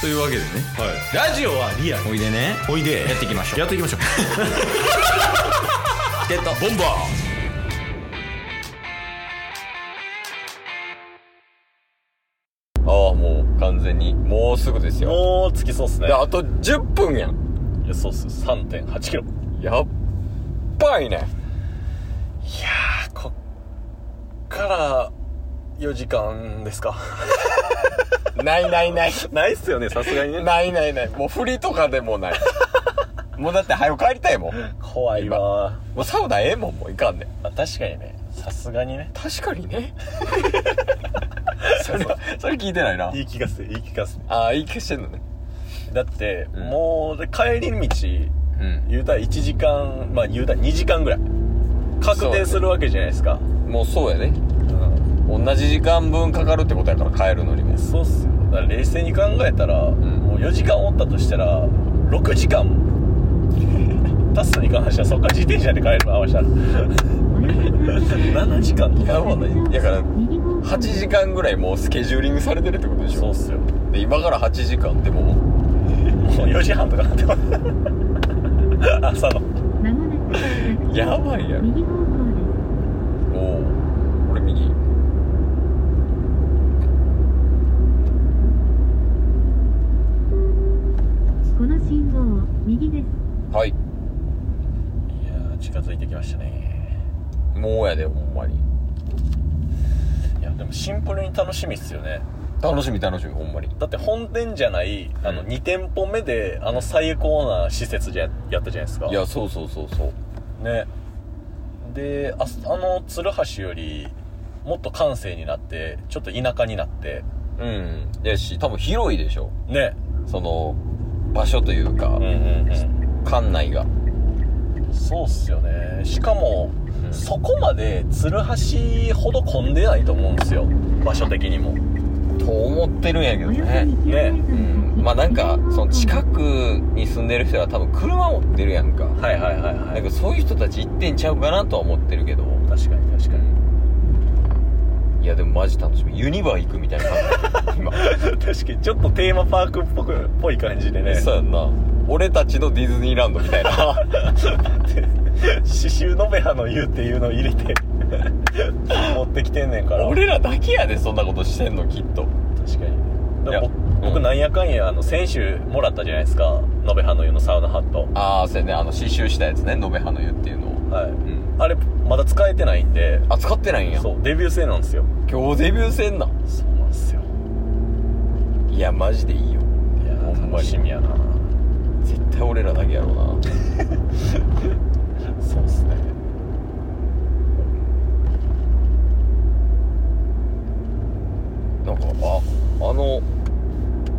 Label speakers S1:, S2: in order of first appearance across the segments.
S1: というわけでね
S2: ラジオはリアル
S1: おいでね
S2: おいで
S1: やっていきましょう
S2: やっていきましょう
S1: ゲットボンバーああもう完全にもうすぐですよ
S2: もうつきそうっすね
S1: であと10分やん
S2: いやそうっす3 8キロ
S1: やっばいね
S2: いやーこっから4時間ですか
S1: ないないない
S2: ないっすよねさすがにね
S1: ないないないもう振りとかでもないもうだって早く帰りたいもんも
S2: 怖いわ
S1: うサウナええもんもういかんねん
S2: あ確かにねさすがにね
S1: 確かに ねそれはそれ聞いてないな
S2: 言い聞かせて言い聞かせて
S1: ああいい気してんのね
S2: だって、
S1: うん
S2: もうで帰り道
S1: うん
S2: 言うたら1時間まあ言うたら2時間ぐらい確定するわけじゃないですか
S1: もうそうやね
S2: うん
S1: 同じ時間分かかるってことやから帰るのにも
S2: そうっすよだから冷静に考えたら、もう4時間おったとしたら6時 間タスに関してはそっから自転車で帰るの合わせた ら7時間と
S1: いや
S2: か
S1: もうねやから8時間ぐらいもうスケジューリングされてるってことでし
S2: そう
S1: ょ
S2: っすよ
S1: で今から8時間っても
S2: もう4時半とかなってます 朝の
S3: まもな
S1: うやばいや
S3: く
S1: ろ
S3: 右方向です。
S1: おお俺右
S3: この信号を右です。
S1: はい
S2: いやー近づいてきましたね
S1: もうやでほんまに
S2: いやでもシンプルに楽しみっすよね
S1: 楽しみ楽しみほんまに
S2: だって本店じゃないあの
S1: うん
S2: 2店舗目であの最高な施設じゃやったじゃないですか
S1: いやそうそうそうそう
S2: ねでああの鶴橋よりもっと閑静になってちょっと田舎になって
S1: うんやし多分広いでしょ
S2: ね
S1: その場所というか、
S2: うんうん
S1: 館内が
S2: うんそうっすよねしかも、
S1: うん
S2: そこまで鶴橋ほど混んでないと思うんですよ場所的にも
S1: と思ってるんやけ
S3: お
S1: ど
S3: よそ2
S1: ね
S3: キロメート
S1: う
S3: ル先
S1: んまあなんかその近
S3: く
S1: くに住んでる人は多分車持ってるやんか
S2: はいはいはいは
S1: なんかそういう人たち行ってんちゃうかなとは思ってるけど
S2: 確かに確 かに
S1: いやでもマジ楽しみユニバー行くみたいな感じ今
S2: 確かにちょっとテーマパークっぽくぽい感じでね
S1: そうやんな俺たちのディズニーランドみたいな
S2: 刺繍のべはの湯っていうのを入れて 持ってきてんねんか ら
S1: 俺らだけやでそんなことしてんのきっと
S2: 確かに
S1: いや
S2: だから
S1: うん
S2: 僕僕なんやかんやあの先週もらったじゃないですか延べ葉の湯のサウナハット
S1: ああそうやねあの刺繍したやつね延べ葉の湯っていうのを
S2: はい
S1: うん
S2: あれまだ使えてないんで
S1: あ使ってないんや
S2: そうデビュー制なんですよ
S1: 今日デビューせんな
S2: そうなんですよ
S1: いやマジでいいよ
S2: いや
S1: ほんま
S2: ー
S1: に
S2: 楽しみやな
S1: 絶対俺らだけやろうな
S2: そうっすね
S1: なんかああの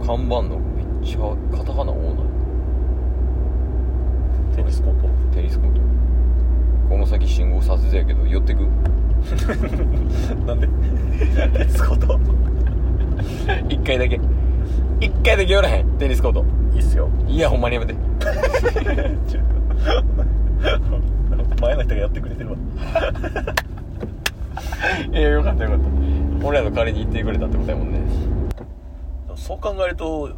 S1: 看板のめっちゃカタカナ多ない
S2: テニスコート
S1: テニスコートこの先信号左折やけど寄ってく
S2: なんでテニスコート
S1: 一回だけ一回だけ寄らへんテニスコート
S2: いいっすよ
S1: いやほんまにやめて
S2: ちょ前の人がやってくれてるわ
S1: いやよかったよかった俺らの代わりに行ってくれたってことやもんね
S2: そう考えると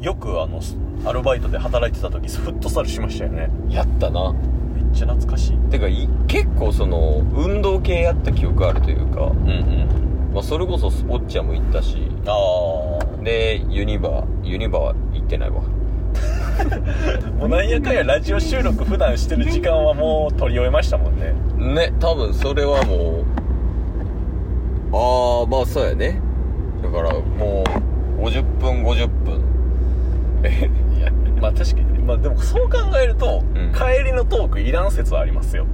S2: よくあのアルバイトで働いてた時フットサルしましたよね
S1: やったな
S2: めっちゃ懐かしい
S1: てかい結構その運動系やった記憶あるというか、
S2: うんうん
S1: まあ、それこそスポッチャも行ったし
S2: ああ
S1: でユニバユニバは行ってないわ
S2: もうなんやかんやラジオ収録普段してる時間はもう取り終えましたもんね
S1: ね多分それはもうああまあそうやねだからもう50分50分
S2: いやまあ確かにまあでもそう考えると、
S1: うん
S2: 帰りのトークいらん説はありますよ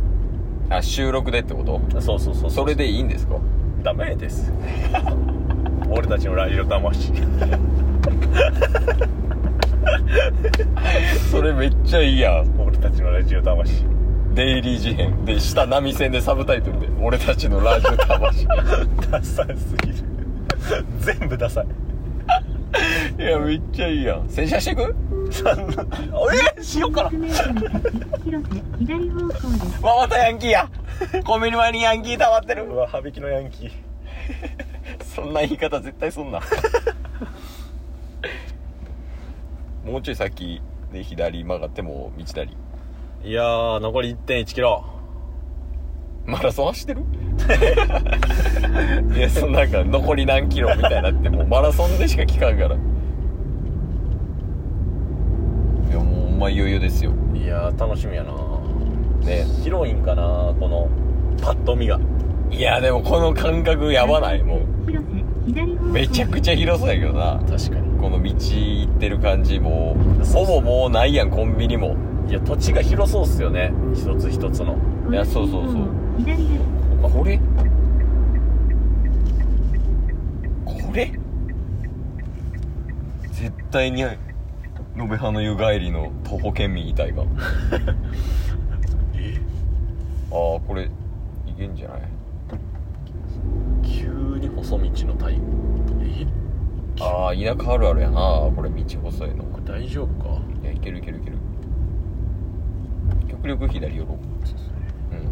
S1: あ収録でってこと
S2: そうそうそう
S1: それでいいんですか
S2: ダメです 俺たちのラジオ魂
S1: それめっちゃいいやん
S2: 俺たちのラジオ魂
S1: デイリー事変で下波線でサブタイトルで「俺たちのラジオ魂」い
S2: ダサすぎる全部ダ サい
S1: やめっちゃいいやん洗車してく
S2: そんな えしようかな
S3: 100メートル先広瀬左方向です。
S1: わまたヤンキーやコンビニ前にヤンキー溜まって
S2: う
S1: る
S2: わ羽引きのヤンキー
S1: そんな言い方絶対そんなもうちょい先で左曲がっても道なり
S2: いやー残り1 1キロ
S1: マラソン走ってる いやそのなんか残り何キロみたいなってもうマラソンでしか聞かんからいやもうほんまいよいよですよ
S2: いやー楽しみやな
S1: ね
S2: 広いんかなこのパッと見が
S1: いやでもこの感覚やば ないも
S3: 広瀬左方
S1: う
S3: 向
S1: めちゃくちゃ広そうやけどな
S2: 確かに
S1: この道行ってる感じもうほぼもうないやんコンビニも
S2: いや土地が広そうっすよね一つ一つの
S1: いやそうそうそう
S3: 左です
S1: あこれこれ絶対に延べ派の湯帰りの徒歩県民いたいがああこれいけんじゃない
S2: 急に細道のタイプえ
S1: ああ田舎あるあるやなこれ道細いの
S2: これ大丈夫か
S1: いやいけるいけるいける極力左寄ろううん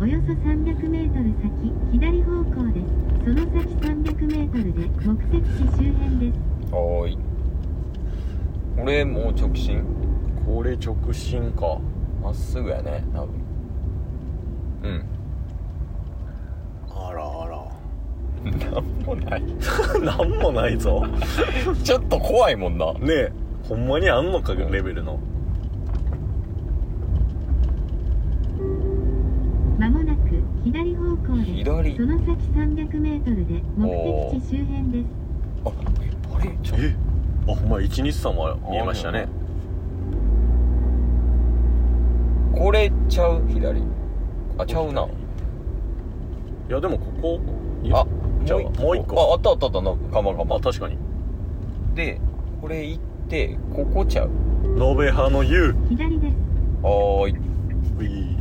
S3: およそ300メートル先左方向ですその先300メートルで目的地周辺です
S1: はーいこれもう直進
S2: これ直進か
S1: まっすぐやね多分うん
S2: あらあ
S1: なんもない
S2: ら なんもないぞ
S1: ちょっと怖いもんな
S2: ねえほんまにあんのかレベルの
S3: まもなく左方向です
S1: 左
S3: その先300メートルで目的地周辺です
S1: ああれちょ
S2: えあほんま1日さも見えましたね
S1: これちゃう左あちゃうない
S2: やでもここいや
S1: あ
S2: じゃあもう一個
S1: ああったあったあったなんかかまか
S2: ま
S1: ま
S2: あ確かに
S1: でこれ行ってここちゃう
S2: 延べ派の湯
S3: 左です
S1: はーいう
S2: い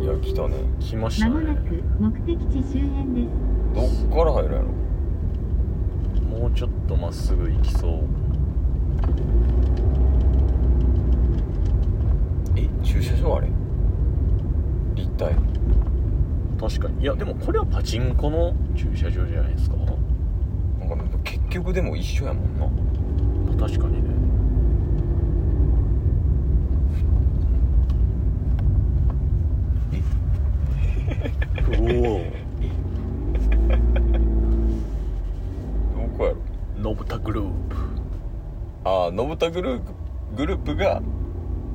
S1: いや来たね
S2: 来まし
S3: ま
S2: た
S3: もな
S2: ね
S3: く目的地周辺です
S1: どっから入るやろ
S2: もうちょっとまっすぐ行きそう
S1: え駐車場あれ立体
S2: 確かにいやでもこれはパチンコの駐車場じゃないですか、ま
S1: なんか結局でも一緒やもんな
S2: あ確かにね
S1: どこや
S2: お
S1: ろ
S2: おノブタグループ
S1: ああ信田グループグループが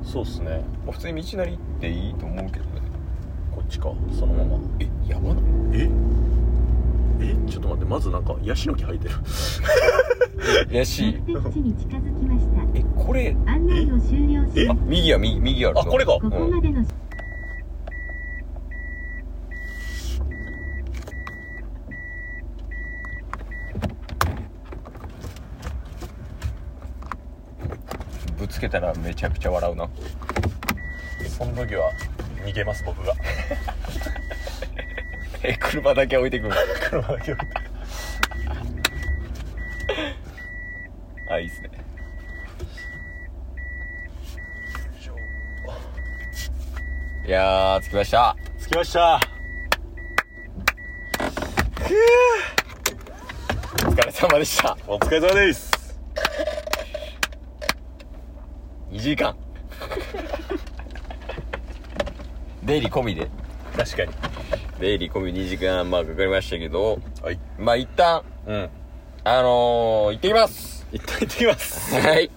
S2: そうっすね
S1: まあ普通に道なりっていいと思うけどね
S2: こっちかそのまま
S1: えやばない
S2: ええちょっと待ってまずなんかヤシの木生えてる
S1: やし
S3: 目的地に近づきまし
S1: えこれ
S3: た案内を終了し
S1: あ
S3: ます
S1: 右や右右あるぞ
S2: あこれか
S3: ここまでの
S1: ぶつけたらめちゃくちゃ笑うな
S2: その時は逃げます僕が
S1: え車だけ置いてくる
S2: 車だけ置いて
S1: あいいっすねいやー着きました
S2: 着きました
S1: お疲れ様でした
S2: お疲れ様です
S1: 2時間出入り込みで
S2: 確かに
S1: 出入り込み2時間まあかかりましたけど
S2: はい
S1: まあ一旦
S2: うん
S1: あのー、行ってきます
S2: 一旦行ってきま す
S1: はい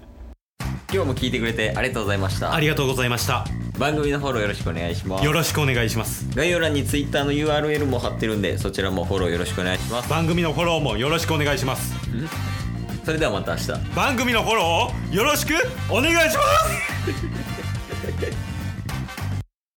S1: 今日も聞いてくれてありがとうございました
S4: ありがとうございました。
S1: 番組のフォローよろしくお願いします
S4: よろしくお願いします。
S1: 概要欄に Twitter の URL も貼ってるんでそちらもフォローよろしくお願いします
S4: 番組のフォローもよろしくお願いします。
S1: それではまた明日
S4: 番組のフォローをよろしくお願いします